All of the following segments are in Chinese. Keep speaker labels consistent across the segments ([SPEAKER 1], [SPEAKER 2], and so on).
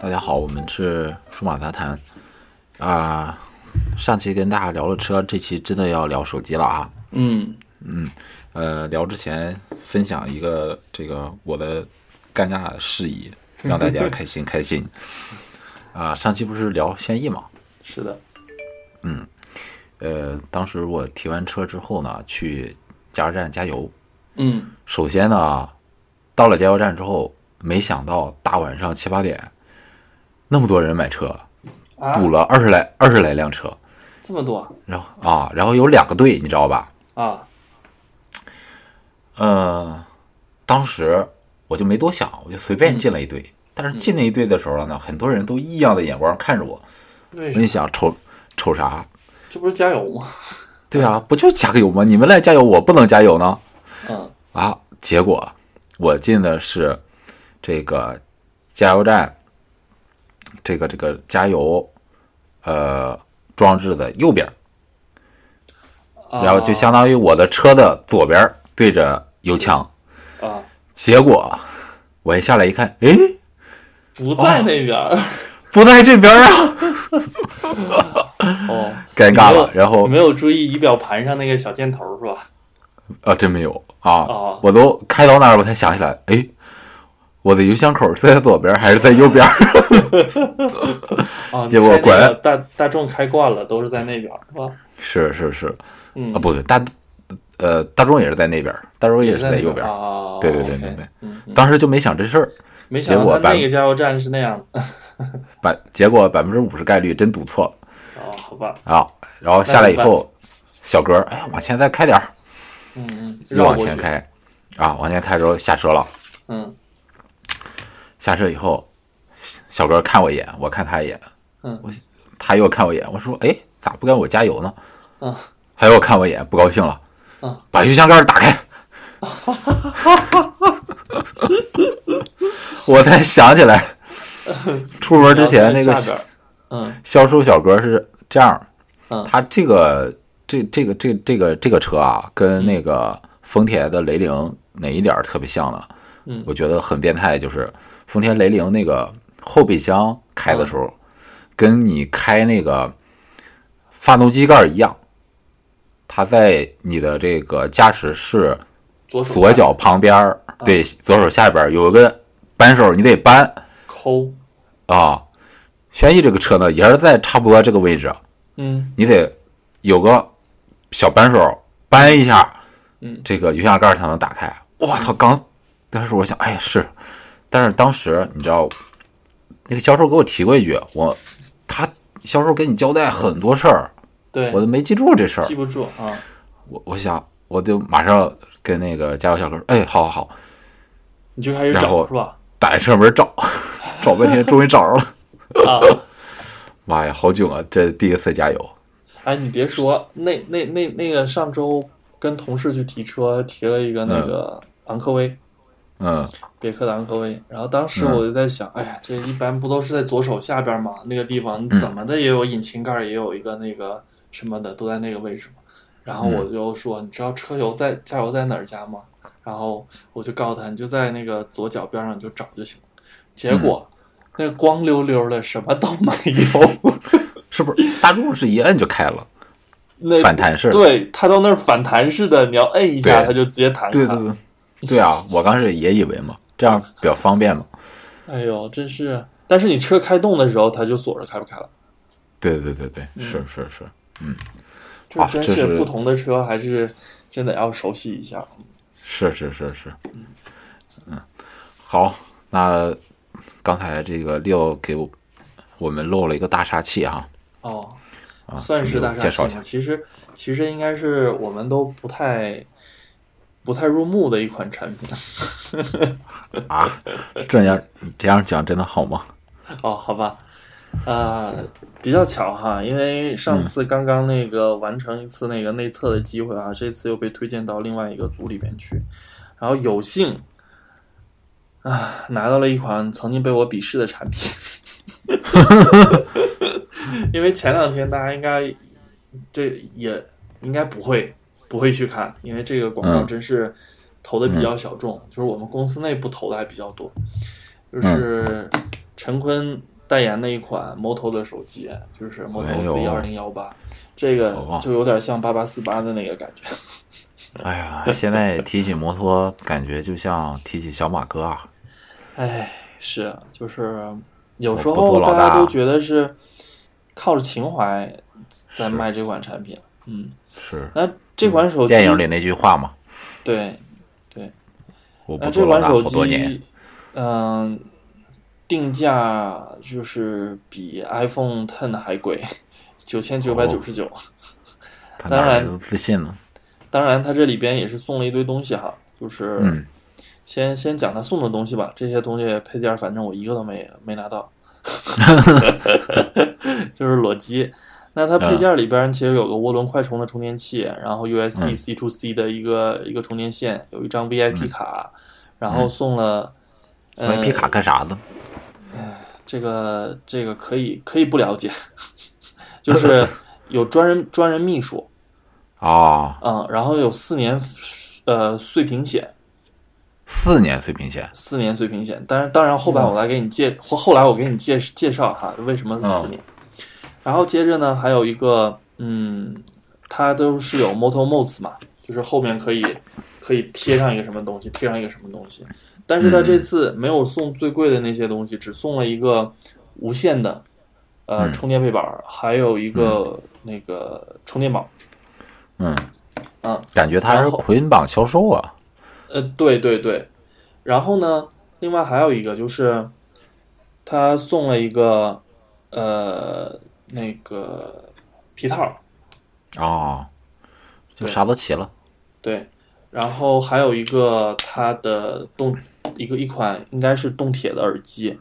[SPEAKER 1] 大家好，我们是数码杂谈啊、上期跟大家聊了车，这期真的要聊手机了啊。
[SPEAKER 2] 嗯，
[SPEAKER 1] 呃，聊之前分享一个这个我的尴尬事宜，让大家开心开心。啊、上期不是聊轩逸嘛？
[SPEAKER 2] 是的，
[SPEAKER 1] 呃，当时我提完车之后呢，去加油站加油。
[SPEAKER 2] 嗯，
[SPEAKER 1] 首先呢，到了加油站之后，没想到大晚上七八点，那么多人买车，
[SPEAKER 2] 啊
[SPEAKER 1] 堵了二十来二十来辆车，
[SPEAKER 2] 这么多
[SPEAKER 1] 然后啊，然后有两个队，你知道吧？
[SPEAKER 2] 啊，嗯
[SPEAKER 1] 呃，当时我就没多想，我就随便进了一队。但
[SPEAKER 2] 嗯
[SPEAKER 1] 是进那一队的时候呢，很多人都异样的眼光看着我。
[SPEAKER 2] 为
[SPEAKER 1] 我
[SPEAKER 2] 啥
[SPEAKER 1] 一？想，瞅瞅啥？
[SPEAKER 2] 这不是加油吗？
[SPEAKER 1] 对啊，不就加个油吗？你们来加油，我不能加油呢
[SPEAKER 2] 嗯
[SPEAKER 1] 啊！结果我进的是这个加油站，这个这个加油呃装置的右边儿，
[SPEAKER 2] 啊，
[SPEAKER 1] 然后就相当于我的车的左边儿对着油枪。
[SPEAKER 2] 啊
[SPEAKER 1] 结果我一下来一看，诶，
[SPEAKER 2] 不在那边儿
[SPEAKER 1] 不在这边儿啊，
[SPEAKER 2] 哦，
[SPEAKER 1] 尴尬
[SPEAKER 2] 你没
[SPEAKER 1] 了
[SPEAKER 2] 有。
[SPEAKER 1] 然后
[SPEAKER 2] 你没有注意仪表盘上那个小箭头是吧？
[SPEAKER 1] 啊，真没有啊，
[SPEAKER 2] 哦
[SPEAKER 1] 我都开到那儿我才想起来，哎，我的油箱口是在左边儿还是在右边儿？
[SPEAKER 2] 啊，
[SPEAKER 1] 结果
[SPEAKER 2] 你开那
[SPEAKER 1] 果然
[SPEAKER 2] 个大大众开惯了，都是在那 边儿是吧？
[SPEAKER 1] 是是是
[SPEAKER 2] 嗯
[SPEAKER 1] 啊，不对，大呃大众也是在那边儿，大众也是在右边儿。
[SPEAKER 2] 啊，
[SPEAKER 1] 对对对
[SPEAKER 2] OK，
[SPEAKER 1] 对对
[SPEAKER 2] 嗯，嗯
[SPEAKER 1] 当时就没想这事儿，
[SPEAKER 2] 没想
[SPEAKER 1] 结果
[SPEAKER 2] 到他
[SPEAKER 1] 把
[SPEAKER 2] 那个加油站是那样的。
[SPEAKER 1] 百结果百分之五十概率真堵错了
[SPEAKER 2] 哦，好吧，
[SPEAKER 1] 啊。然后下来以
[SPEAKER 2] 那怎么
[SPEAKER 1] 后，小哥儿，哎，往前再开点儿，
[SPEAKER 2] 嗯嗯，
[SPEAKER 1] 又
[SPEAKER 2] 绕
[SPEAKER 1] 往
[SPEAKER 2] 过
[SPEAKER 1] 前
[SPEAKER 2] 去，
[SPEAKER 1] 开，啊，往前开之后下车了。
[SPEAKER 2] 嗯
[SPEAKER 1] 下车以后，小哥看我一眼，我看他一眼，
[SPEAKER 2] 嗯
[SPEAKER 1] 我他又看我一眼，我说，哎，咋不给我加油呢？
[SPEAKER 2] 嗯，
[SPEAKER 1] 他又看我一眼，不高兴了，
[SPEAKER 2] 嗯，
[SPEAKER 1] 把油箱盖儿打 开，我才想起来，出门之前那个
[SPEAKER 2] 然后在下边儿嗯
[SPEAKER 1] 销售小哥是这样，
[SPEAKER 2] 嗯
[SPEAKER 1] 他这个这这个这这个这个车啊，
[SPEAKER 2] 嗯
[SPEAKER 1] 跟那个丰田的雷凌哪一点儿特别像呢？
[SPEAKER 2] 嗯
[SPEAKER 1] 我觉得很变态，就是丰田雷凌那个后备箱开的时
[SPEAKER 2] 嗯
[SPEAKER 1] 候，跟你开那个发动机盖儿一样，它在你的这个驾驶室
[SPEAKER 2] 左手
[SPEAKER 1] 左
[SPEAKER 2] 下
[SPEAKER 1] 脚旁边儿，
[SPEAKER 2] 嗯
[SPEAKER 1] 对，左手下边儿有一个扳手，你得扳
[SPEAKER 2] 抠，
[SPEAKER 1] 啊。轩逸这个车呢，也是在差不多这个位置，啊
[SPEAKER 2] 嗯
[SPEAKER 1] 你得有个小扳手扳一下，
[SPEAKER 2] 嗯
[SPEAKER 1] 这个油箱盖儿才能打开。我操，刚当时我想，哎呀是，但是当时你知道，那个销售给我提过一句，我他销售给你交代很多事儿，
[SPEAKER 2] 对
[SPEAKER 1] 我，都没记住这事儿
[SPEAKER 2] 记。不住啊，
[SPEAKER 1] 我我想，我就马上跟那个加油小哥说，哎，好好好，
[SPEAKER 2] 你就开始
[SPEAKER 1] 然后
[SPEAKER 2] 找是 吧？
[SPEAKER 1] 打开车门找，找半天终于找着了。
[SPEAKER 2] 啊。
[SPEAKER 1] 妈呀，好囧啊！这第一次加油，
[SPEAKER 2] 哎，你别说，那那那那个上周跟同事去提车，提了一个那个昂科威，
[SPEAKER 1] 嗯
[SPEAKER 2] 别克的昂科威。然后当时
[SPEAKER 1] 嗯
[SPEAKER 2] 我就在想，哎呀，这一般不都是在左手下边吗？那个地方你
[SPEAKER 1] 嗯
[SPEAKER 2] 怎么的也有引擎盖儿，也有一个那个什么的，都在那个位置嘛。然
[SPEAKER 1] 嗯
[SPEAKER 2] 后我就说，你知道车油在加油在哪儿加吗？然后我就告诉他，你就在那个左脚边上你就找就行了。
[SPEAKER 1] 嗯
[SPEAKER 2] 结果、那光溜溜的，什么都没有。
[SPEAKER 1] 是不是大众是一摁就开了？
[SPEAKER 2] 那
[SPEAKER 1] 反弹式的
[SPEAKER 2] 对，它到那儿反弹似的，你要摁一下，
[SPEAKER 1] 对
[SPEAKER 2] 它就直接弹开。
[SPEAKER 1] 对对对，对 啊，我刚开始也以为嘛，这样比较方便嘛。
[SPEAKER 2] 哎呦，真是！但是你车开动的时候，它就锁着开不开了。
[SPEAKER 1] 对对对对，
[SPEAKER 2] 嗯
[SPEAKER 1] 是是是，
[SPEAKER 2] 这
[SPEAKER 1] 啊
[SPEAKER 2] 真
[SPEAKER 1] 这是
[SPEAKER 2] 不同的车，还是真的要熟悉一下。
[SPEAKER 1] 是是是是，嗯，好，那刚才这个六给我我们漏了一个大杀器哈，
[SPEAKER 2] 哦，
[SPEAKER 1] 啊，
[SPEAKER 2] 算是
[SPEAKER 1] 请
[SPEAKER 2] 大
[SPEAKER 1] 六介绍
[SPEAKER 2] 概
[SPEAKER 1] 一下，
[SPEAKER 2] 其实其实应该是我们都不太不太入目的一款产品。
[SPEAKER 1] 啊，这样你这样讲真的好吗？
[SPEAKER 2] 哦，好吧，啊、比较巧哈，因为上次刚刚那个完成一次那个内测的机会啊，这次又被推荐到另外一个组里边去，然后有幸啊拿到了一款曾经被我鄙视的产品， 因为前两天大家应该这也应该不会不会去看，因为这个广告
[SPEAKER 1] 嗯
[SPEAKER 2] 真是投的比较小众，就是我们公司内部投的还比较多。就是陈坤代言的一款摩托的手机，就是摩托
[SPEAKER 1] 哎呦
[SPEAKER 2] Z 二零幺八，这
[SPEAKER 1] 好
[SPEAKER 2] 个
[SPEAKER 1] 吧
[SPEAKER 2] 就有点像八八四八的那个感觉。
[SPEAKER 1] 哎 呀，现在提起摩托，感觉就像提起小马哥啊。
[SPEAKER 2] 哎，是，就是有时
[SPEAKER 1] 我不做
[SPEAKER 2] 候
[SPEAKER 1] 老
[SPEAKER 2] 大
[SPEAKER 1] 大
[SPEAKER 2] 家都觉得是靠着情怀在
[SPEAKER 1] 是
[SPEAKER 2] 卖这款产品。嗯，
[SPEAKER 1] 是
[SPEAKER 2] 那这款手机
[SPEAKER 1] 电影里那句话嘛，
[SPEAKER 2] 对，
[SPEAKER 1] 我不
[SPEAKER 2] 那呃这
[SPEAKER 1] 做老
[SPEAKER 2] 款
[SPEAKER 1] 大
[SPEAKER 2] 手
[SPEAKER 1] 好多年。
[SPEAKER 2] 机，嗯、定价就是比 iPhone Ten 还贵，九千九百九十九。
[SPEAKER 1] 他
[SPEAKER 2] 当
[SPEAKER 1] 哪来
[SPEAKER 2] 然
[SPEAKER 1] 的自信呢？
[SPEAKER 2] 当然，它这里边也是送了一堆东西哈，就是
[SPEAKER 1] 嗯，
[SPEAKER 2] 先先讲它送的东西吧，这些东西配件儿反正我一个都没没拿到， 就是裸机。那它配件儿里边其实有个涡轮快充的充电器，然后 USB
[SPEAKER 1] 嗯
[SPEAKER 2] C to C 的一个、一个充电线，有一张 VIP 卡，然
[SPEAKER 1] 嗯
[SPEAKER 2] 后送了、
[SPEAKER 1] 送
[SPEAKER 2] 呃
[SPEAKER 1] 一皮卡干啥的？
[SPEAKER 2] 这个这个可以可以不了解， 就是有专人专人秘书，
[SPEAKER 1] 哦，
[SPEAKER 2] 嗯，然后有四年呃碎屏险，
[SPEAKER 1] 四年碎屏险。
[SPEAKER 2] 四年碎屏险，但是当然后半我来给你介，后后来我给你介介绍哈，为什么四年。然后接着呢，还有一个，嗯，它都是有 Moto Mods 嘛，就是后面可以可以贴上一个什么东西，贴上一个什么东西。但是它这次没有送最贵的那些东西，只送了一个无线的呃
[SPEAKER 1] 嗯
[SPEAKER 2] 充电背板儿，还有一个那个充电宝。
[SPEAKER 1] 嗯
[SPEAKER 2] 嗯，
[SPEAKER 1] 感觉他是
[SPEAKER 2] 然后
[SPEAKER 1] 捆绑销售啊。
[SPEAKER 2] 呃，对对对，然后呢，另外还有一个就是，他送了一个呃那个皮套儿，
[SPEAKER 1] 哦，就
[SPEAKER 2] 对
[SPEAKER 1] 啥都齐了。
[SPEAKER 2] 对，然后还有一个它的动一个一款应该是动铁的耳机，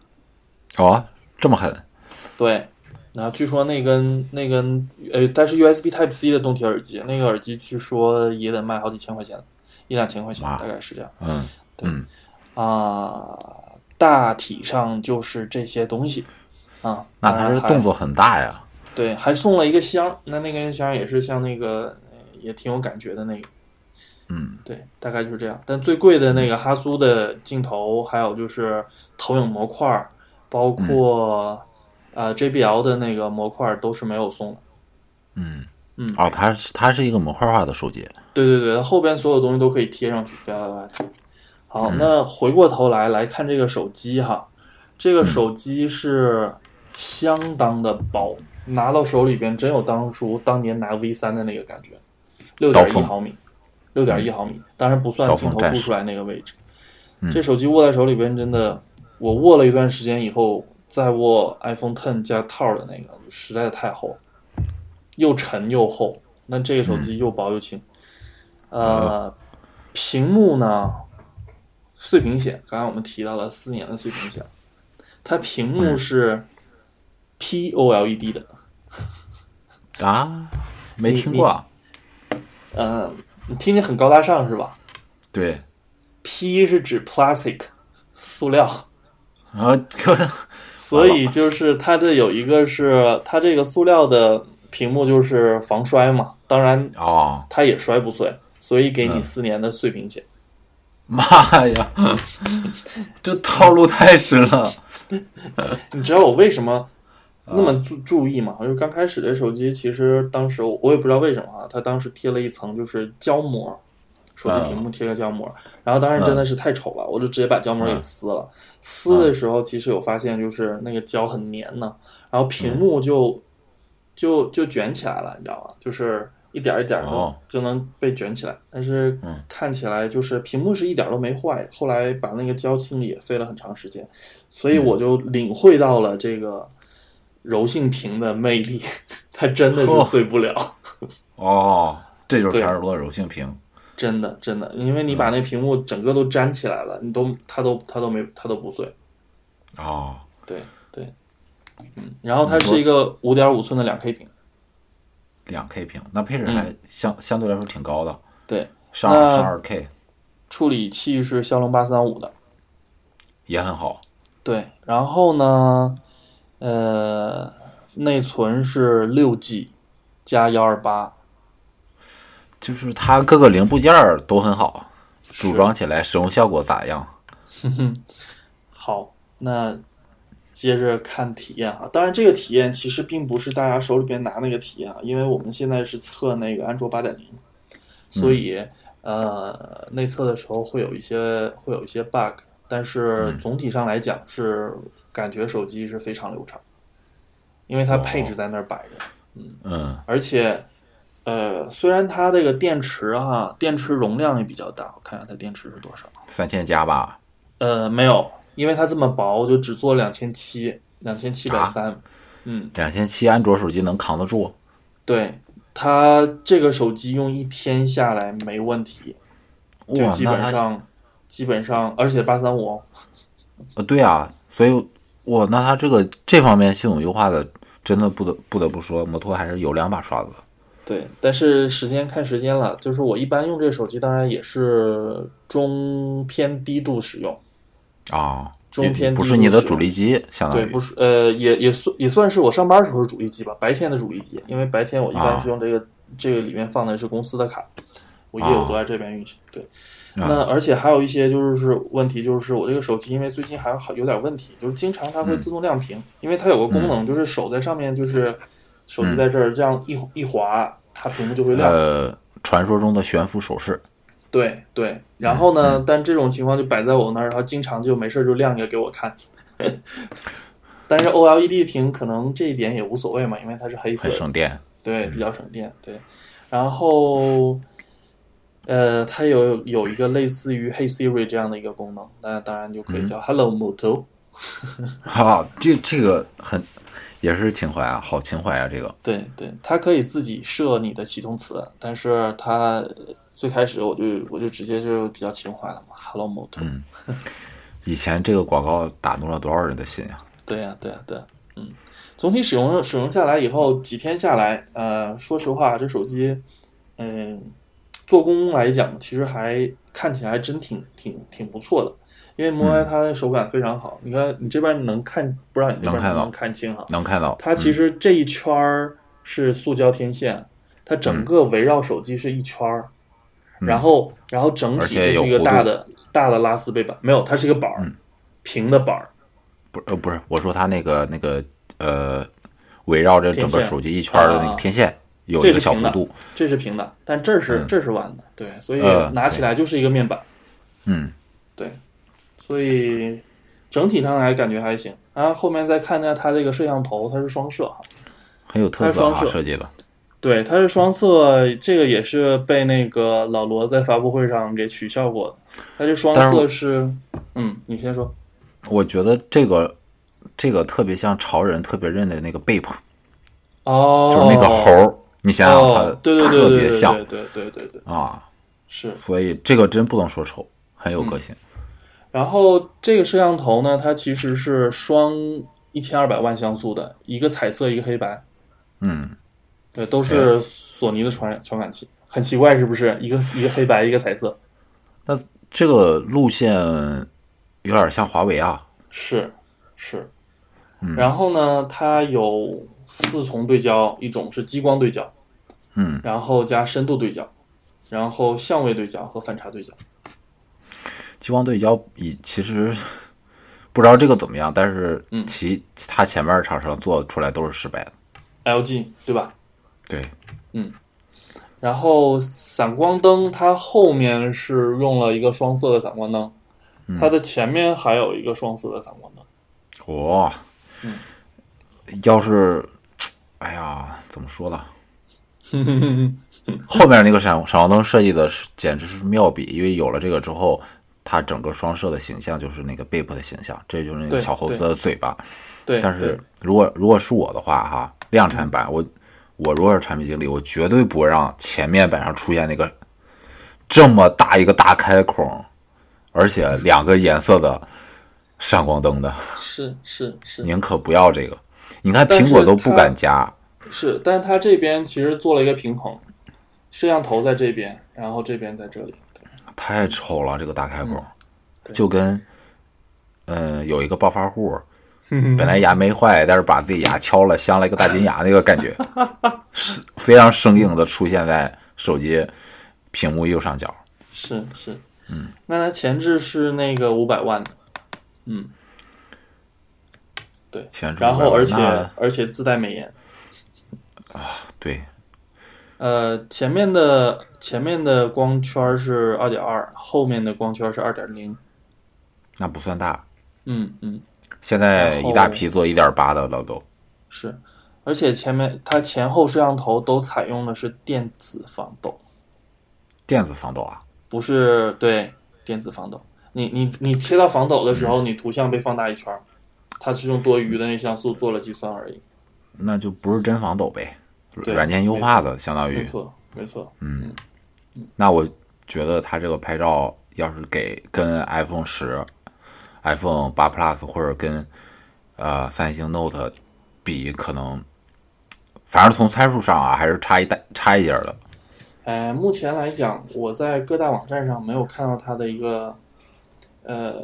[SPEAKER 1] 哦，这么狠。
[SPEAKER 2] 对，然后据说那根那根呃，但是 USB Type C 的动铁耳机，那个耳机据说也得卖好几千块钱，一两千块钱
[SPEAKER 1] 哇
[SPEAKER 2] 大概是这样
[SPEAKER 1] 嗯
[SPEAKER 2] 对
[SPEAKER 1] 嗯，
[SPEAKER 2] 啊、大体上就是这些东西。啊，
[SPEAKER 1] 那
[SPEAKER 2] 当
[SPEAKER 1] 他
[SPEAKER 2] 然
[SPEAKER 1] 这
[SPEAKER 2] 还
[SPEAKER 1] 动作很大呀。
[SPEAKER 2] 对，还送了一个箱，那那个箱也是像那个呃也挺有感觉的那个，
[SPEAKER 1] 嗯，
[SPEAKER 2] 对，大概就是这样。但最贵的那个哈苏的镜头，还有就是投影模块儿，包括、呃 JBL 的那个模块儿都是没有送的。
[SPEAKER 1] 哦，它是它是一个模块化的手机。
[SPEAKER 2] 对对对，它后边所有东西都可以贴上去，叭叭叭。好，那回过头来来看这个手机哈，这个手机是相当的薄，拿到手里边真有当初当年拿 V 三的那个感觉，六
[SPEAKER 1] 刀
[SPEAKER 2] 点一
[SPEAKER 1] 锋
[SPEAKER 2] 毫米，六点一毫米，当然不算
[SPEAKER 1] 刀
[SPEAKER 2] 镜
[SPEAKER 1] 锋
[SPEAKER 2] 头
[SPEAKER 1] 嗯战
[SPEAKER 2] 凸
[SPEAKER 1] 士
[SPEAKER 2] 出来那个位置。
[SPEAKER 1] 嗯
[SPEAKER 2] 这手机握在手里边真的，我握了一段时间以后，再握 iPhone Ten 加套的那个，实在是太厚了，又沉又厚。那这个手
[SPEAKER 1] 嗯
[SPEAKER 2] 机又薄又轻，呃，屏幕呢，碎屏险，刚才我们提到了四年的碎屏险，它屏
[SPEAKER 1] 嗯
[SPEAKER 2] 幕是 POLED E 的，
[SPEAKER 1] 啊，没
[SPEAKER 2] 你
[SPEAKER 1] 听过啊。
[SPEAKER 2] 嗯、你听着很高大上是吧
[SPEAKER 1] 对，
[SPEAKER 2] ？P 是指 plastic，塑料，
[SPEAKER 1] 然后就
[SPEAKER 2] 所以就是它的有一个是它这个塑料的屏幕就是防摔嘛，当然
[SPEAKER 1] 哦，
[SPEAKER 2] 它也摔不碎，所以给你
[SPEAKER 1] 嗯
[SPEAKER 2] 四年的碎屏险。
[SPEAKER 1] 妈 呀，这套路太深了。
[SPEAKER 2] 你知道我为什么那么注注意吗？就是刚开始这手机，其实当时我我也不知道为什么啊，它当时贴了一层就是胶膜，手机屏幕贴个胶膜，然后当时真的是太丑了，我就直接把胶膜给撕了。撕的时候其实有发现，就是那个胶很粘呢，然
[SPEAKER 1] 嗯
[SPEAKER 2] 后屏幕就、就就卷起来了，你知道吗？就是一点儿一点儿
[SPEAKER 1] 哦
[SPEAKER 2] 的就能被卷起来，但是
[SPEAKER 1] 嗯
[SPEAKER 2] 看起来就是屏幕是一点儿都没坏，后来把那个胶清理也费了很长时间。所
[SPEAKER 1] 嗯
[SPEAKER 2] 以我就领会到了这个柔性屏的魅力， 它真的是碎不了，
[SPEAKER 1] 哦，这就是
[SPEAKER 2] 对
[SPEAKER 1] 长耳朵柔性屏。
[SPEAKER 2] 真的真的，因为你
[SPEAKER 1] 嗯
[SPEAKER 2] 把那屏幕整个都粘起来了，你都它都它都没它都不碎，
[SPEAKER 1] 哦，
[SPEAKER 2] 对对，嗯，然后它是一个五点五寸的两 K 屏，
[SPEAKER 1] 两 K 屏，那配置还相、相对来说挺高的，
[SPEAKER 2] 嗯对，
[SPEAKER 1] 上
[SPEAKER 2] 那
[SPEAKER 1] 上二 K
[SPEAKER 2] 处理器是骁龙八三五的，
[SPEAKER 1] 也很好。
[SPEAKER 2] 对，然后呢，呃，内存是六 G 加幺二八，
[SPEAKER 1] 就是它各个零部件儿都很好，组装起来使用效果咋样？
[SPEAKER 2] 好，那接着看体验哈。当然，这个体验其实并不是大家手里边拿那个体验啊，因为我们现在是测那个安卓八点零，所以、呃内测的时候会有一些会有一些 bug，但是总体上来讲是感觉手机是非常流畅，因为它配置在那儿摆着。
[SPEAKER 1] 嗯
[SPEAKER 2] 而且，呃，虽然它这个电池哈、电池容量也比较大，我看看它电池是多少。
[SPEAKER 1] 三千加吧，
[SPEAKER 2] 呃，没有，因为它这么薄，就只做两千七，两千七百
[SPEAKER 1] 啊
[SPEAKER 2] 三。嗯，
[SPEAKER 1] 两千七安卓手机能扛得住？
[SPEAKER 2] 对，它这个手机用一天下来没问题，就
[SPEAKER 1] 哇，
[SPEAKER 2] 基
[SPEAKER 1] 那
[SPEAKER 2] 本
[SPEAKER 1] 它
[SPEAKER 2] 上，基本上，而且八三五，
[SPEAKER 1] 呃对啊，所以哇，那它这个这方面系统优化的真的不得不得不说，摩托还是有两把刷子的。
[SPEAKER 2] 对，但是时间看时间了，就是我一般用这个手机，当然也是中偏低度使用。
[SPEAKER 1] 啊，
[SPEAKER 2] 中
[SPEAKER 1] 也
[SPEAKER 2] 偏
[SPEAKER 1] 不
[SPEAKER 2] 低
[SPEAKER 1] 是
[SPEAKER 2] 度
[SPEAKER 1] 你的
[SPEAKER 2] 使
[SPEAKER 1] 主
[SPEAKER 2] 用
[SPEAKER 1] 力机，相当
[SPEAKER 2] 对，
[SPEAKER 1] 于
[SPEAKER 2] 不是，呃，也也算也算是我上班时候的主力机吧，白天的主力机，因为白天我一般
[SPEAKER 1] 啊
[SPEAKER 2] 是用这个、这个里面放的是公司的卡，我业
[SPEAKER 1] 啊
[SPEAKER 2] 务都在这边运行。对，那而且还有一些就是问题，就是我这个手机因为最近还好有点问题，就是经常
[SPEAKER 1] 嗯
[SPEAKER 2] 它会自动亮屏，因为它有个功能就是手在上面，就是手机在这儿这样一、一滑，它屏幕就会
[SPEAKER 1] 嗯
[SPEAKER 2] 亮。
[SPEAKER 1] 呃，传说中的悬浮手势
[SPEAKER 2] 对对，然后呢，但这种情况就摆在我那儿，然后经常就没事儿就亮一个给我看。 但是 OLED 屏可能这一点也无所谓嘛，因为它是黑色
[SPEAKER 1] 很
[SPEAKER 2] 的，
[SPEAKER 1] 省电。
[SPEAKER 2] 对，比较省电，对。然后，呃，它有有一个类似于 Hey Siri 这样的一个功能，那当然就可以叫 Hello Moto，
[SPEAKER 1] 哈、这这个很也是情怀啊，好情怀啊，这个
[SPEAKER 2] 对对，它可以自己设你的启动词，但是它呃最开始我就我就直接就比较情怀了嘛，Hello Moto，、
[SPEAKER 1] 以前这个广告打动了多少人的心啊？
[SPEAKER 2] 对呀、对呀、对呀、嗯，总体使用使用下来以后，几天下来，呃，说实话，这手机，嗯、做工来讲，其实还看起来还真挺挺挺不错的，
[SPEAKER 1] 嗯
[SPEAKER 2] 因为摸来它的手感非常好。你看你这边能看，不知道你这边
[SPEAKER 1] 能看
[SPEAKER 2] 能
[SPEAKER 1] 到嗯
[SPEAKER 2] 不能看清哈？
[SPEAKER 1] 能看到
[SPEAKER 2] 它其实这一圈儿是塑胶天线，它
[SPEAKER 1] 嗯
[SPEAKER 2] 整个围绕手机是一圈儿，然后然后整
[SPEAKER 1] 而
[SPEAKER 2] 体
[SPEAKER 1] 且
[SPEAKER 2] 就
[SPEAKER 1] 有
[SPEAKER 2] 是一个
[SPEAKER 1] 弧
[SPEAKER 2] 大
[SPEAKER 1] 度嗯
[SPEAKER 2] 的大的拉丝背板，没有，它是一个板儿，平的板儿。
[SPEAKER 1] 不呃不是，我说它那个那个呃，围绕着整个
[SPEAKER 2] 天线
[SPEAKER 1] 手机一圈儿的那
[SPEAKER 2] 啊
[SPEAKER 1] 个天线。有
[SPEAKER 2] 这
[SPEAKER 1] 一个
[SPEAKER 2] 是
[SPEAKER 1] 小
[SPEAKER 2] 平的
[SPEAKER 1] 弧度，
[SPEAKER 2] 这是平的，但这是、这是弯的，对，所以
[SPEAKER 1] 嗯呃
[SPEAKER 2] 拿起来就是一个面板，
[SPEAKER 1] 嗯，
[SPEAKER 2] 对，所以整体上来感觉还行。然后后面再看一下它这个摄像头，它是双摄哈，
[SPEAKER 1] 很有特
[SPEAKER 2] 它
[SPEAKER 1] 色
[SPEAKER 2] 是
[SPEAKER 1] 啊，
[SPEAKER 2] 双摄
[SPEAKER 1] 设计的。
[SPEAKER 2] 对，它是双摄，这个也是被那个老罗在发布会上给取笑过的。它这双
[SPEAKER 1] 但是
[SPEAKER 2] 摄
[SPEAKER 1] 我
[SPEAKER 2] 是，嗯，你先说，
[SPEAKER 1] 我觉得这个这个特别像潮人特别认的那个贝普，
[SPEAKER 2] 哦，
[SPEAKER 1] 就是那个猴，儿，你想想它
[SPEAKER 2] 哦，对对对
[SPEAKER 1] 特
[SPEAKER 2] 对对
[SPEAKER 1] 别像
[SPEAKER 2] 对对对对对，
[SPEAKER 1] 啊，
[SPEAKER 2] 是。
[SPEAKER 1] 所以这个真不能说丑，很有个
[SPEAKER 2] 嗯
[SPEAKER 1] 性。
[SPEAKER 2] 然后这个摄像头呢，它其实是双一千二百万像素的，一个彩色，一个黑白。
[SPEAKER 1] 嗯，啊
[SPEAKER 2] 对，都是索尼的传感传感器，很奇怪是不是？一个一个黑白，一个彩色，
[SPEAKER 1] 这个路线有点像华为啊，
[SPEAKER 2] 是是。
[SPEAKER 1] 嗯
[SPEAKER 2] 然后呢，它有四重对焦，一种是激光对焦，
[SPEAKER 1] 嗯，
[SPEAKER 2] 然后加深度对焦，然后相位对焦和反差对焦。
[SPEAKER 1] 激光对焦以其实 不知道这个怎么样，但是
[SPEAKER 2] 嗯
[SPEAKER 1] 其、他前面厂商做出来都是失败的。
[SPEAKER 2] LG 对吧？嗯
[SPEAKER 1] 对，
[SPEAKER 2] 然后闪光灯它后面是用了一个双色的闪光灯，
[SPEAKER 1] 嗯
[SPEAKER 2] 它的前面还有一个双色的闪光灯。
[SPEAKER 1] 哇、要是哎呀，怎么说 呢？后面那个闪闪光灯设计的是简直是妙笔，因为有了这个之后，它整个双摄的形象就是那个贝普的形象，这就是那
[SPEAKER 2] 对
[SPEAKER 1] 个小猴子的嘴巴。
[SPEAKER 2] 对，
[SPEAKER 1] 但
[SPEAKER 2] 对嗯
[SPEAKER 1] 是如果如果是我的话，哈，量产版我我如果是产品经理，我绝对不会让前面板上出现那个这么大一个大开孔，而且两个颜色的闪光灯的，
[SPEAKER 2] 是是是，
[SPEAKER 1] 您可不要这个。你看
[SPEAKER 2] 但是
[SPEAKER 1] 苹果都不
[SPEAKER 2] 它
[SPEAKER 1] 敢加，
[SPEAKER 2] 是，但是它这边其实做了一个平衡，摄像头在这边，然后这边 在这里。
[SPEAKER 1] 太丑了，这个大开
[SPEAKER 2] 嗯
[SPEAKER 1] 孔，就跟嗯有一个暴发户。本来牙没坏，但是把自己牙敲了，镶了一个大金牙，那个感 觉是非常生硬的出现在手机屏幕右上角。
[SPEAKER 2] 是是，嗯，那它前置是那个五百万的，嗯，对，
[SPEAKER 1] 全出来
[SPEAKER 2] 然
[SPEAKER 1] 了。
[SPEAKER 2] 后而且
[SPEAKER 1] 那
[SPEAKER 2] 而且自带美颜。
[SPEAKER 1] 对，
[SPEAKER 2] 呃，前面的前面的光圈是二点二，后面的光圈是二点零。
[SPEAKER 1] 那不算大。
[SPEAKER 2] 嗯嗯，
[SPEAKER 1] 现在
[SPEAKER 2] 然后
[SPEAKER 1] 一大批做一点八的了都。
[SPEAKER 2] 是，而且前面它前后摄像头都采用的是电子防抖，
[SPEAKER 1] 电子防抖啊，
[SPEAKER 2] 不是对电子防抖。你你你切到防抖的时候，你图像被放大一圈儿，它是用多余的内像素做了计算而已。
[SPEAKER 1] 那就不是真防抖呗，
[SPEAKER 2] 对
[SPEAKER 1] 软件优化的相当
[SPEAKER 2] 没
[SPEAKER 1] 于。
[SPEAKER 2] 错没错，
[SPEAKER 1] 那我觉得它这个拍照要是给跟 iPhone 十、iPhone 八 Plus 或者跟呃三星 Note 比，可能反正从参数上啊还是差一大差一截儿的。
[SPEAKER 2] 哎，目前来讲，我在各大网站上没有看到它的一个呃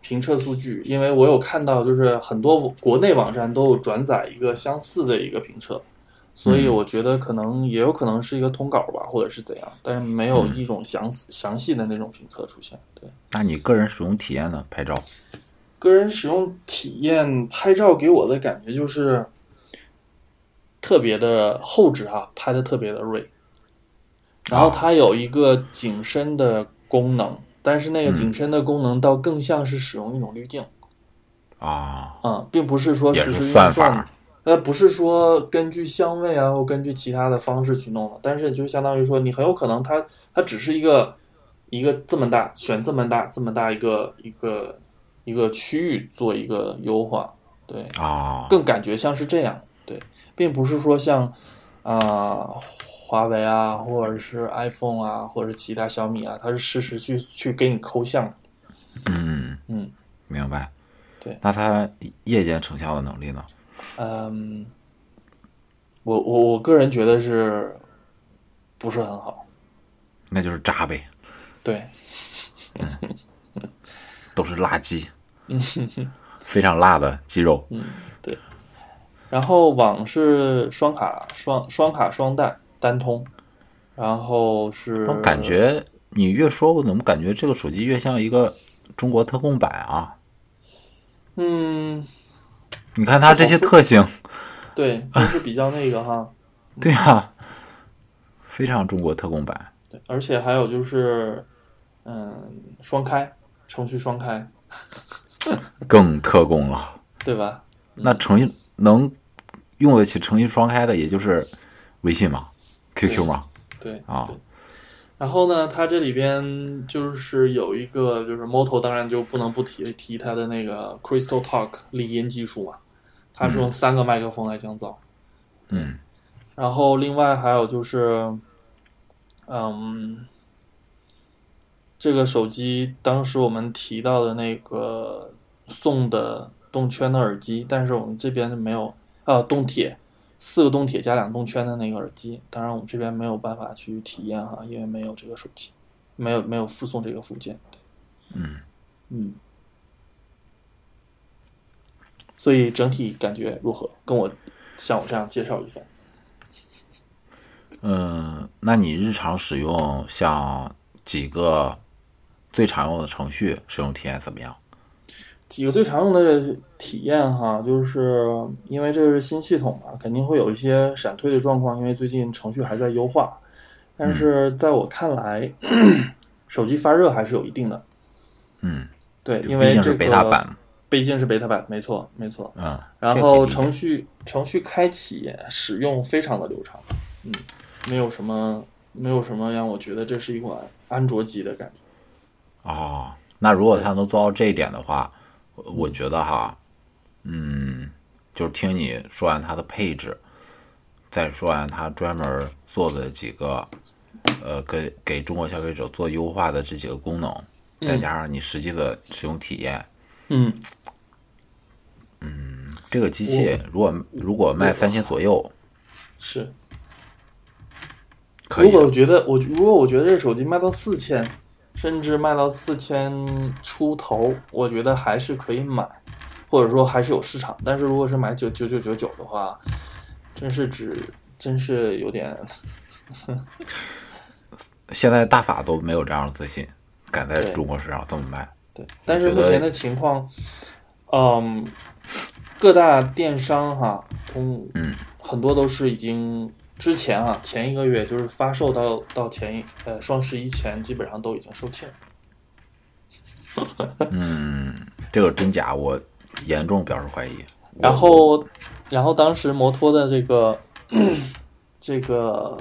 [SPEAKER 2] 评测数据，因为我有看到就是很多国内网站都有转载一个相似的一个评测，所以我觉得可能也有可能是一个通稿吧，或者是怎样，但是没有一种详细详细的那种评测出现。对，
[SPEAKER 1] 那你个人使用体验呢？拍照
[SPEAKER 2] 个人使用体验拍照给我的感觉就是特别的后置哈、拍的特别的锐。然后它有一个景深的功能，但是那个
[SPEAKER 1] 嗯
[SPEAKER 2] 景深的功能倒更像是使用一种滤镜，
[SPEAKER 1] 啊，
[SPEAKER 2] 嗯，并不是说
[SPEAKER 1] 也
[SPEAKER 2] 实
[SPEAKER 1] 是
[SPEAKER 2] 时运
[SPEAKER 1] 算
[SPEAKER 2] 算
[SPEAKER 1] 法，
[SPEAKER 2] 呃，不是说根据相位啊或根据其他的方式去弄的，但是就相当于说你很有可能它它只是一个一个这么大选这么大这么大一个一个一个区域做一个优化，对，
[SPEAKER 1] 啊，
[SPEAKER 2] 更感觉像是这样，对，并不是说像啊、呃华为啊，或者是 iPhone 啊，或者是其他小米啊，它是实时去去给你抠像的。
[SPEAKER 1] 嗯
[SPEAKER 2] 嗯，
[SPEAKER 1] 明白。
[SPEAKER 2] 对
[SPEAKER 1] 那它夜间成像的能力呢？
[SPEAKER 2] 嗯，我我我个人觉得是不是很好？
[SPEAKER 1] 那就是渣呗，
[SPEAKER 2] 对，
[SPEAKER 1] 都是垃 圾，非常辣的鸡肉。
[SPEAKER 2] 然后网是双卡双双卡双待单通，然后是
[SPEAKER 1] 我哦感觉你越说，我怎么感觉这个手机越像一个中国特供版啊？
[SPEAKER 2] 嗯，
[SPEAKER 1] 你看它这些特
[SPEAKER 2] 哦
[SPEAKER 1] 性，
[SPEAKER 2] 对，都是比较那个哈。
[SPEAKER 1] 对啊，非常中国特供版。
[SPEAKER 2] 对，而且还有就是，嗯，双开程序双开，
[SPEAKER 1] 更特供了。
[SPEAKER 2] 对吧？
[SPEAKER 1] 那程序能用得起程序双开的，也就是微信嘛、QQ 嘛。
[SPEAKER 2] 对
[SPEAKER 1] 啊
[SPEAKER 2] 对然后呢，它这里边就是有一个，就是 Moto，当然就不能不提提它的那个 Crystal Talk 立音技术嘛，它是用三个麦克风来降噪。
[SPEAKER 1] 嗯。
[SPEAKER 2] 然后另外还有就是，嗯，这个手机当时我们提到的那个送的动圈的耳机，但是我们这边没有，啊，动铁，四个动铁加两动圈的那个耳机，当然我们这边没有办法去体验哈，因为没有这个手机，没有没有附送这个附件。嗯嗯，所以整体感觉如何？跟我像我这样介绍一番。
[SPEAKER 1] 嗯，那你日常使用像几个最常用的程序使用体验怎么样？
[SPEAKER 2] 几个最常用的体验哈，就是因为这个是新系统嘛，肯定会有一些闪退的状况，因为最近程序还在优化。但
[SPEAKER 1] 嗯
[SPEAKER 2] 是在我看来，手机发热还是有一定的。
[SPEAKER 1] 嗯，
[SPEAKER 2] 对，因
[SPEAKER 1] 毕
[SPEAKER 2] 为
[SPEAKER 1] 竟
[SPEAKER 2] 这
[SPEAKER 1] 是
[SPEAKER 2] 个
[SPEAKER 1] 贝塔版，
[SPEAKER 2] 毕竟是 beta 版，没错没错。
[SPEAKER 1] 嗯，这个
[SPEAKER 2] 然
[SPEAKER 1] 可以
[SPEAKER 2] 后
[SPEAKER 1] 理解
[SPEAKER 2] 程序程序开启使用非常的流畅，嗯，没有什么没有什么让我觉得这是一款安卓机的感觉。
[SPEAKER 1] 哦，那如果他能做到这一点的话，我我觉得哈，嗯，就是听你说完它的配置，再说完它专门做的几个，呃，给给中国消费者做优化的这几个功能，再加上你实际的使用体验，
[SPEAKER 2] 嗯，
[SPEAKER 1] 这个机器如果如果卖三千左右，
[SPEAKER 2] 是。
[SPEAKER 1] 可
[SPEAKER 2] 如
[SPEAKER 1] 以啊
[SPEAKER 2] 果
[SPEAKER 1] 的
[SPEAKER 2] 我觉得我如果我觉得这手机卖到四千，甚至卖到四千出头，我觉得还是可以买，或者说还是有市场。但是如果是买九九九九九的话，真是只真是有点
[SPEAKER 1] 现在大法都没有这样的自信，敢在
[SPEAKER 2] 对
[SPEAKER 1] 中国市场这么卖。
[SPEAKER 2] 对。但是目前的情况，嗯，各大电商哈，通
[SPEAKER 1] 嗯
[SPEAKER 2] 很多都是已经之前啊，前一个月就是发售到到前一呃双十一前，基本上都已经售罄了。
[SPEAKER 1] 这个真假我严重表示怀疑。我
[SPEAKER 2] 然后，然后当时摩托的这个这个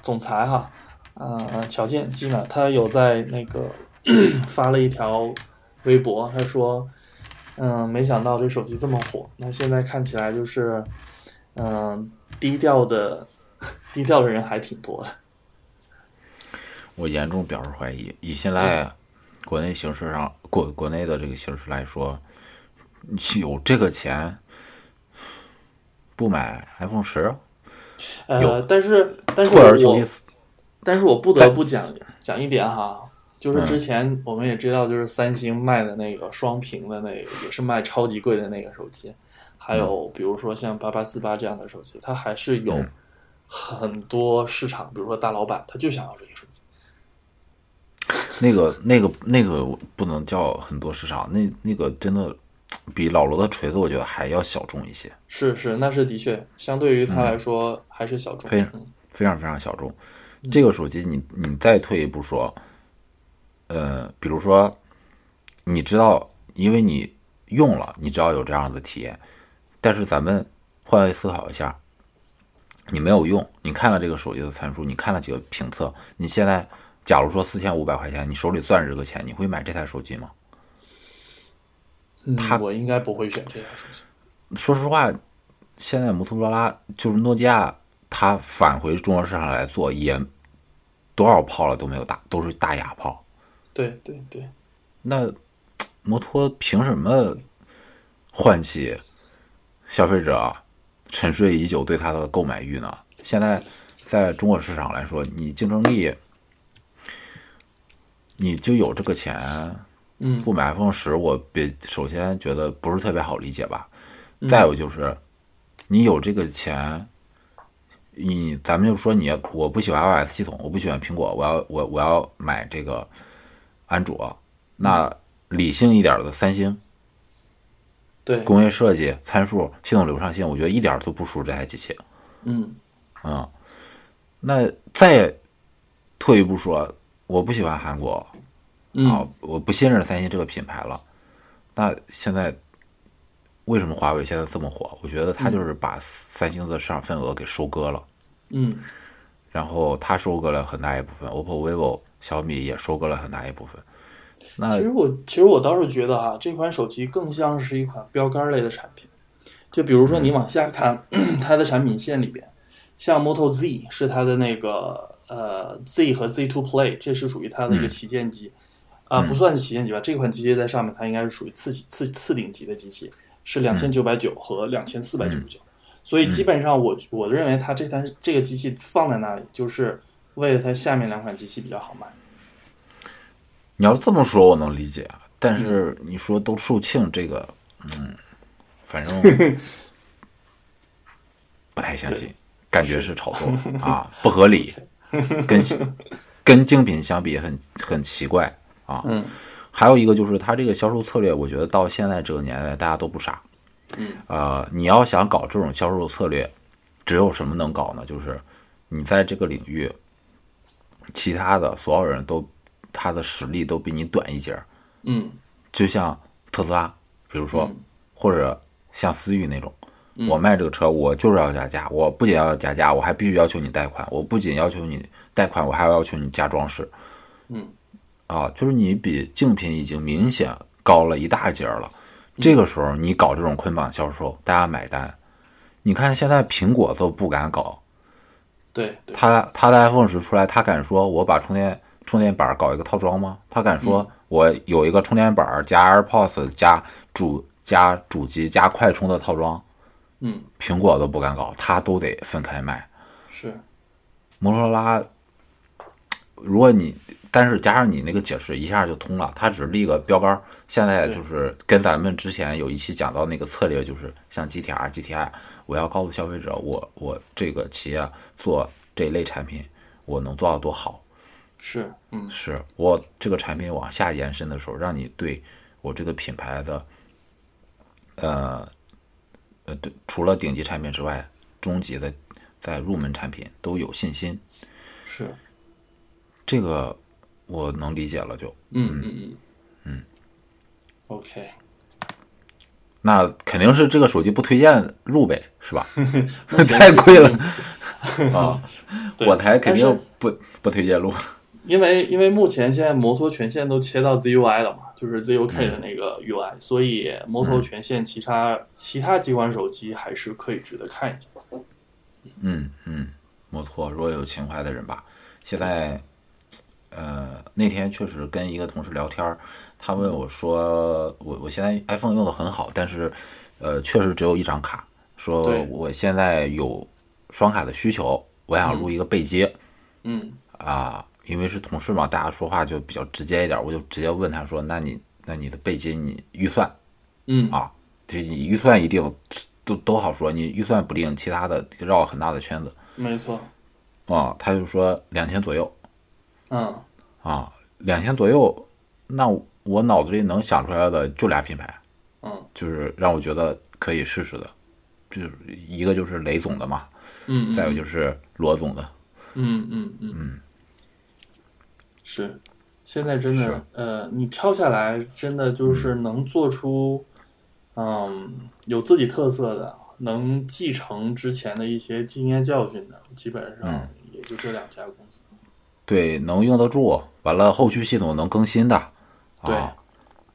[SPEAKER 2] 总裁哈，呃，乔建基呢，他有在那个发了一条微博，他说，嗯、没想到这手机这么火，那现在看起来就是，嗯、低调的 低调的人还挺多的。
[SPEAKER 1] 我严重表示怀疑。以现在国内形势上，国国内的这个形势来说，你有这个钱不买 iPhone 十，啊
[SPEAKER 2] 呃
[SPEAKER 1] 有，
[SPEAKER 2] 但是但是
[SPEAKER 1] 退而求
[SPEAKER 2] 我
[SPEAKER 1] 其次，
[SPEAKER 2] 但是我不得不讲讲一点哈，就是
[SPEAKER 1] 嗯
[SPEAKER 2] 之前我们也知道，就是三星卖的那个双屏的那个，也是卖超级贵的那个手机，还有比如说像八八四八这样的手机，它还是有
[SPEAKER 1] 嗯
[SPEAKER 2] 很多市场，比如说大老板他就想要这个手机，
[SPEAKER 1] 那个那个那个不能叫很多市场，那那个真的比老罗的锤子我觉得还要小众一些，
[SPEAKER 2] 是是，那是的确，相对于它来说还是小众，
[SPEAKER 1] 非
[SPEAKER 2] 嗯
[SPEAKER 1] 非常非常小众。这个手机你你再退一步说，呃，比如说你知道，因为你用了，你知道有这样的体验，但是咱们换位思考一下，你没有用，你看了这个手机的参数，你看了几个评测，你现在假如说四千五百块钱，你手里攥着这个钱，你会买这台手机吗？
[SPEAKER 2] 嗯
[SPEAKER 1] 它，
[SPEAKER 2] 我应该不会选这台手机，
[SPEAKER 1] 说实话，现在摩托罗拉就是诺基亚，它返回中国市场来做，也多少炮了都没有打，都是大哑炮。
[SPEAKER 2] 对对对，
[SPEAKER 1] 那摩托凭什么唤起消费者沉睡已久对它的购买欲呢？现在在中国市场来说，你竞争力，你就有这个钱，
[SPEAKER 2] 嗯
[SPEAKER 1] 不买 iPhone 十，我别首先觉得不是特别好理解吧。
[SPEAKER 2] 嗯
[SPEAKER 1] 再有就是，你有这个钱，你咱们就说你我不喜欢 iOS 系统，我不喜欢苹果，我要我我要买这个安卓。那理性一点的三星
[SPEAKER 2] 对，
[SPEAKER 1] 工业设计、参数、系统流畅性，我觉得一点都不输这台机器。
[SPEAKER 2] 嗯
[SPEAKER 1] 嗯，那再退一步说，我不喜欢韩国，啊
[SPEAKER 2] 嗯，，
[SPEAKER 1] 我不信任三星这个品牌了。那现在为什么华为现在这么火？我觉得它就是把三星的市场份额给收割了，
[SPEAKER 2] 嗯
[SPEAKER 1] 然后它收割了很大一部分，OPPO、vivo、小米也收割了很大一部分。那
[SPEAKER 2] 其实我其实我倒是觉得哈、这款手机更像是一款标杆类的产品。就比如说你往下看、它的产品线里边，像 Moto Z 是它的那个呃 Z 和 Z Two Play，这是属于它的一个旗舰机，啊、不算是旗舰机吧，这款机器在上面它应该是属于次级次次顶级的机器，是两千九百九和两千四百九十九，所以基本上我我认为它这台这个机器放在那里，就是为了它下面两款机器比较好卖。
[SPEAKER 1] 你要这么说，我能理解，啊但是
[SPEAKER 2] 嗯
[SPEAKER 1] 你说都售罄这个，嗯，反 正不太相信，感觉是炒 作啊，不合理，跟跟竞品相比很很奇怪啊。
[SPEAKER 2] 嗯
[SPEAKER 1] 还有一个就是它这个销售策略，我觉得到现在这个年代大家都不傻，
[SPEAKER 2] 嗯，
[SPEAKER 1] 呃，你要想搞这种销售策略，只有什么能搞呢？就是你在这个领域，其他的所有人都他的实力都比你短一截儿，
[SPEAKER 2] 嗯
[SPEAKER 1] 就像特斯拉，比如说，或者像思域那种，
[SPEAKER 2] 嗯
[SPEAKER 1] 我卖这个车，我就是要加价，我不仅要加价，我还必须要求你贷款，我不仅要求你贷款，我还要求你加装饰。
[SPEAKER 2] 嗯，
[SPEAKER 1] 啊，就是你比竞品已经明显高了一大截儿了。
[SPEAKER 2] 嗯
[SPEAKER 1] 这个时候你搞这种捆绑销售，大家买单。你看现在苹果都不敢搞，
[SPEAKER 2] 对对，
[SPEAKER 1] 他他的 iPhone 十出来，他敢说我把充电充电板儿搞一个套装吗？他敢说我有一个充电板儿加 AirPods 加主加主机加快充的套装？
[SPEAKER 2] 嗯
[SPEAKER 1] 苹果都不敢搞，他都得分开卖。
[SPEAKER 2] 是。
[SPEAKER 1] 摩托罗拉，如果你但是加上你那个解释，一下就通了。它只立个标杆儿，现在就是跟咱们之前有一期讲到那个策略，就是像 GTR、GTI，我要告诉消费者，我我这个企业做这类产品，我能做到多好。
[SPEAKER 2] 是，嗯，
[SPEAKER 1] 是我这个产品往下延伸的时候，让你对我这个品牌的呃呃，对，除了顶级产品之外，中级的在入门产品都有信心，
[SPEAKER 2] 是，
[SPEAKER 1] 这个我能理解了就。
[SPEAKER 2] 嗯嗯嗯嗯，OK，
[SPEAKER 1] 那肯定是这个手机不推荐入呗，是吧？
[SPEAKER 2] 目前
[SPEAKER 1] 太贵了
[SPEAKER 2] 是嗯
[SPEAKER 1] 啊，
[SPEAKER 2] 对
[SPEAKER 1] 我台肯
[SPEAKER 2] 但是
[SPEAKER 1] 定不不推荐入。
[SPEAKER 2] 因为因为目前现在摩托全线都切到 ZUI 了嘛，就是
[SPEAKER 1] 嗯
[SPEAKER 2] ZUK 的那个 UI，、所以摩托全线其他、其他几款手机还是可以值得看一下。
[SPEAKER 1] 嗯嗯，摩托如果有情怀的人吧，现在，呃，那天确实跟一个同事聊天儿，他问我说，我我现在 iPhone 用的很好，但是，呃，确实只有一张卡，说
[SPEAKER 2] 对
[SPEAKER 1] 我现在有双卡的需求，我想入一个背接
[SPEAKER 2] 嗯，
[SPEAKER 1] 啊，因为是同事嘛，大家说话就比较直接一点儿，我就直接问他说，那你那你的背接你预算
[SPEAKER 2] 嗯
[SPEAKER 1] 啊，这你预算一定都都好说，你预算不定，其他的绕很大的圈子。
[SPEAKER 2] 没错，
[SPEAKER 1] 啊、他就说两千左右
[SPEAKER 2] 嗯，
[SPEAKER 1] 啊，两千左右，那我脑子里能想出来的就俩品牌，
[SPEAKER 2] 嗯，
[SPEAKER 1] 就是让我觉得可以试试的，就是一个就是雷总的嘛，
[SPEAKER 2] 嗯，
[SPEAKER 1] 再有就是罗总的，
[SPEAKER 2] 嗯嗯嗯嗯，是，现在真
[SPEAKER 1] 是嗯
[SPEAKER 2] 的，呃，你挑下来真的就是能做出，嗯，有自己特色的，能继承之前的一些经验教训的，基本上
[SPEAKER 1] 嗯
[SPEAKER 2] 也就这两家公司。
[SPEAKER 1] 对，能用得住，完了后续系统能更新的，
[SPEAKER 2] 对
[SPEAKER 1] 啊，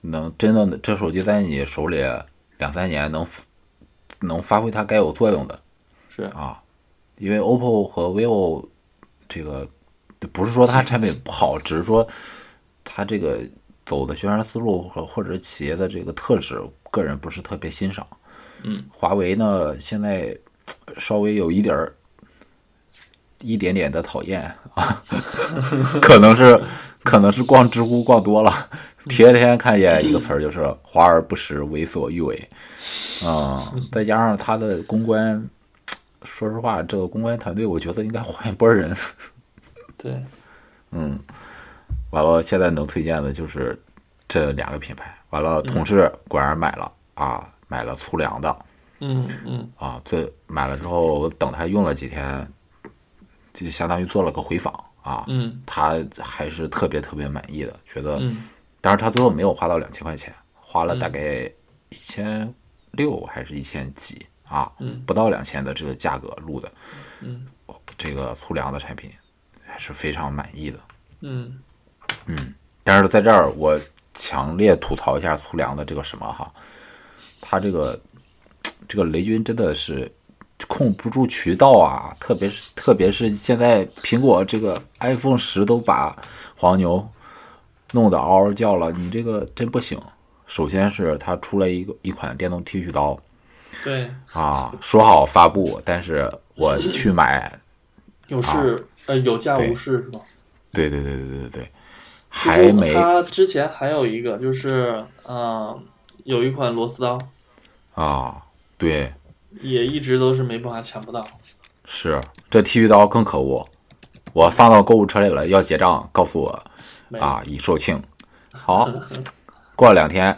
[SPEAKER 1] 能真的这手机在你手里两三年能能发挥它该有作用的，
[SPEAKER 2] 是
[SPEAKER 1] 啊，因为 OPPO 和 vivo 这个不是说它产品不好，只是说它这个走的宣传思路和或者企业的这个特质，个人不是特别欣赏。
[SPEAKER 2] 嗯，
[SPEAKER 1] 华为呢现在稍微有一点儿。一点点的讨厌啊， 可能是可能是逛知乎逛多了，天天看见一个词儿就是“华而不实，为所欲为”，啊、再加上他的公关说实话，这个公关团队，我觉得应该换一波人。
[SPEAKER 2] 对，
[SPEAKER 1] 嗯，完了，现在能推荐的就是这两个品牌。完了，同事果然买了、啊，买了粗粮的
[SPEAKER 2] 嗯嗯
[SPEAKER 1] 啊，最买了之后，我等他用了几天，就相当于做了个回访啊，
[SPEAKER 2] 嗯
[SPEAKER 1] 他还是特别特别满意的，觉得，
[SPEAKER 2] 嗯
[SPEAKER 1] 但是他最后没有花到两千块钱，花了大概一千六还是一千几啊，
[SPEAKER 2] 嗯
[SPEAKER 1] 不到两千的这个价格录的，
[SPEAKER 2] 嗯
[SPEAKER 1] 这个粗粮的产品还是非常满意的。
[SPEAKER 2] 嗯
[SPEAKER 1] 但是在这儿，我强烈吐槽一下粗粮的这个什么哈，他这个这个雷军真的是控不住渠道啊，特别是特别是现在苹果这个 iPhone 十都把黄牛弄得嗷嗷叫了，你这个真不行。首先是他出了一个一款电动剃须刀，
[SPEAKER 2] 对，
[SPEAKER 1] 啊，说好发布，但是我去买
[SPEAKER 2] 有事呃有价
[SPEAKER 1] 啊对
[SPEAKER 2] 无市是吧？
[SPEAKER 1] 对对对对对对对，
[SPEAKER 2] 其
[SPEAKER 1] 还
[SPEAKER 2] 实
[SPEAKER 1] 没
[SPEAKER 2] 它之前还有一个就是，嗯，有一款螺丝刀
[SPEAKER 1] 啊，对，
[SPEAKER 2] 也一直都是没办法抢不到。
[SPEAKER 1] 是这剃须刀更可恶，我放到购物车里了，要结账，告诉我
[SPEAKER 2] 没
[SPEAKER 1] 啊，已售罄。好，过了两天，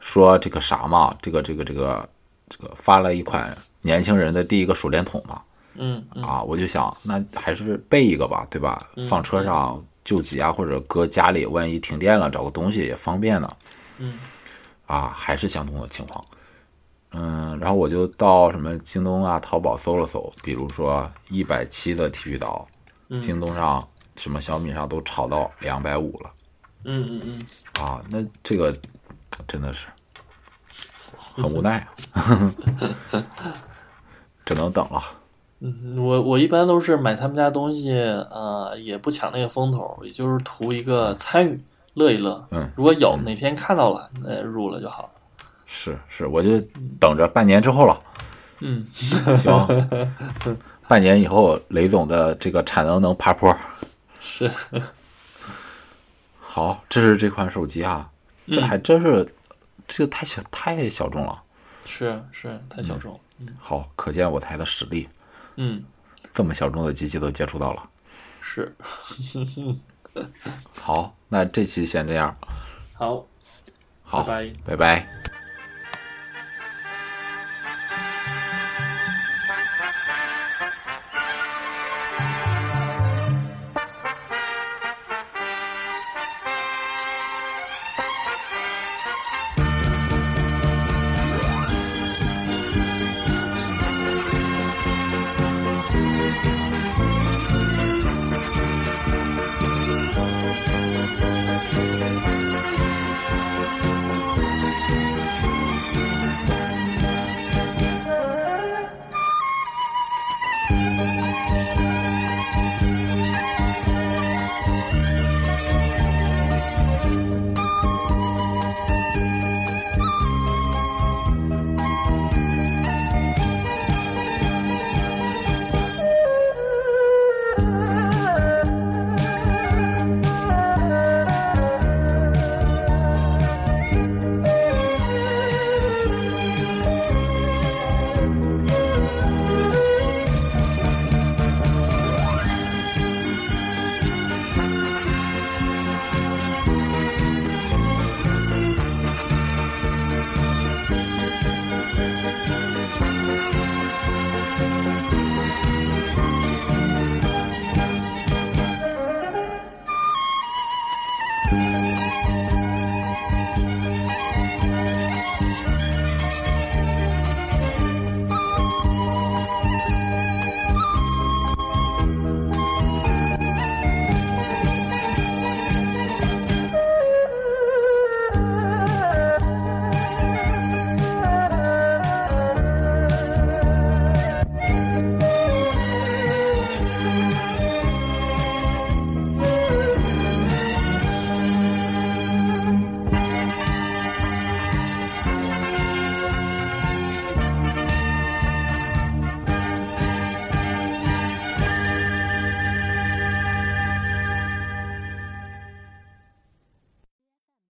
[SPEAKER 1] 说这个啥嘛，这个这个这个这个发了一款年轻人的第一个手电筒嘛，
[SPEAKER 2] 嗯嗯
[SPEAKER 1] 啊，我就想那还是备一个吧，对吧？放
[SPEAKER 2] 嗯
[SPEAKER 1] 车上救急啊，或者搁家里，万一停电了找个东西也方便呢。
[SPEAKER 2] 嗯
[SPEAKER 1] 啊，还是相同的情况。嗯，然后我就到什么京东啊、淘宝搜了搜，比如说一百七的剃须刀，
[SPEAKER 2] 嗯
[SPEAKER 1] 京东上、什么小米上都炒到两百五了
[SPEAKER 2] 嗯嗯嗯，
[SPEAKER 1] 啊！那这个真的是很无奈啊， 只能等了。
[SPEAKER 2] 嗯，我我一般都是买他们家东西，呃，也不抢那个风头，也就是图一个参与，乐一乐。
[SPEAKER 1] 嗯，
[SPEAKER 2] 如果有哪天看到了，那入了就好了。
[SPEAKER 1] 是是，我就等着半年之后了。
[SPEAKER 2] 嗯，
[SPEAKER 1] 行，半年以后雷总的这个产能能爬坡。
[SPEAKER 2] 是，
[SPEAKER 1] 好，这是这款手机啊，这还真是，这个太小太小众了。
[SPEAKER 2] 是是，太小众。
[SPEAKER 1] 好，可见我台的实力，
[SPEAKER 2] 嗯，
[SPEAKER 1] 这么小众的机器都接触到了。
[SPEAKER 2] 是。
[SPEAKER 1] 好，那这期先这样，
[SPEAKER 2] 好，
[SPEAKER 1] 好，
[SPEAKER 2] 拜拜
[SPEAKER 1] 拜拜见。